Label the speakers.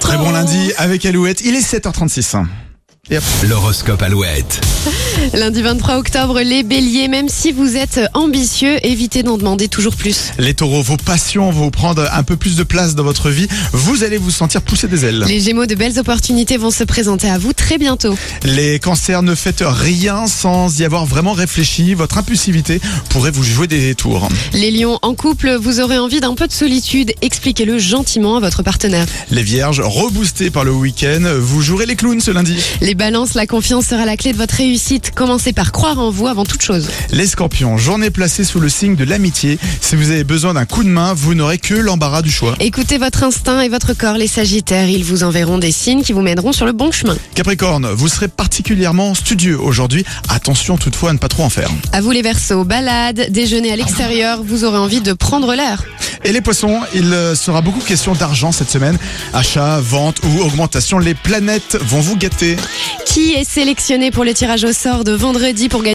Speaker 1: Très bon lundi avec Alouette. Il est 7h36.
Speaker 2: L'horoscope Alouette.
Speaker 3: Lundi 23 octobre, les béliers, même si vous êtes ambitieux, évitez d'en demander toujours plus.
Speaker 1: Les taureaux, vos passions vont prendre un peu plus de place dans votre vie. Vous allez vous sentir pousser des ailes.
Speaker 3: Les gémeaux, de belles opportunités vont se présenter à vous très bientôt.
Speaker 1: Les cancers, ne faites rien sans y avoir vraiment réfléchi. Votre impulsivité pourrait vous jouer des tours.
Speaker 3: Les lions, en couple, vous aurez envie d'un peu de solitude, expliquez-le gentiment à votre partenaire.
Speaker 1: Les vierges, reboostés par le week-end, vous jouerez les clowns ce lundi.
Speaker 3: Les balances, la confiance sera la clé de votre réussite, commencez par croire en vous avant toute chose.
Speaker 1: Les scorpions, journée placée sous le signe de l'amitié. Si vous avez besoin d'un coup de main, vous n'aurez que l'embarras du choix.
Speaker 3: Écoutez votre instinct et votre corps, les sagittaires, ils vous enverront des signes qui vous mèneront sur le bon chemin.
Speaker 1: Capricorne, vous serez particulièrement studieux aujourd'hui. Attention toutefois à ne pas trop en faire.
Speaker 3: À vous les versos, balades, déjeuner à l'extérieur, vous aurez envie de prendre l'air.
Speaker 1: Et les poissons, il euh, sera beaucoup question d'argent cette semaine. Achat, vente ou augmentation, les planètes vont vous gâter.
Speaker 3: Qui est sélectionné pour le tirage au sort de vendredi pour gagner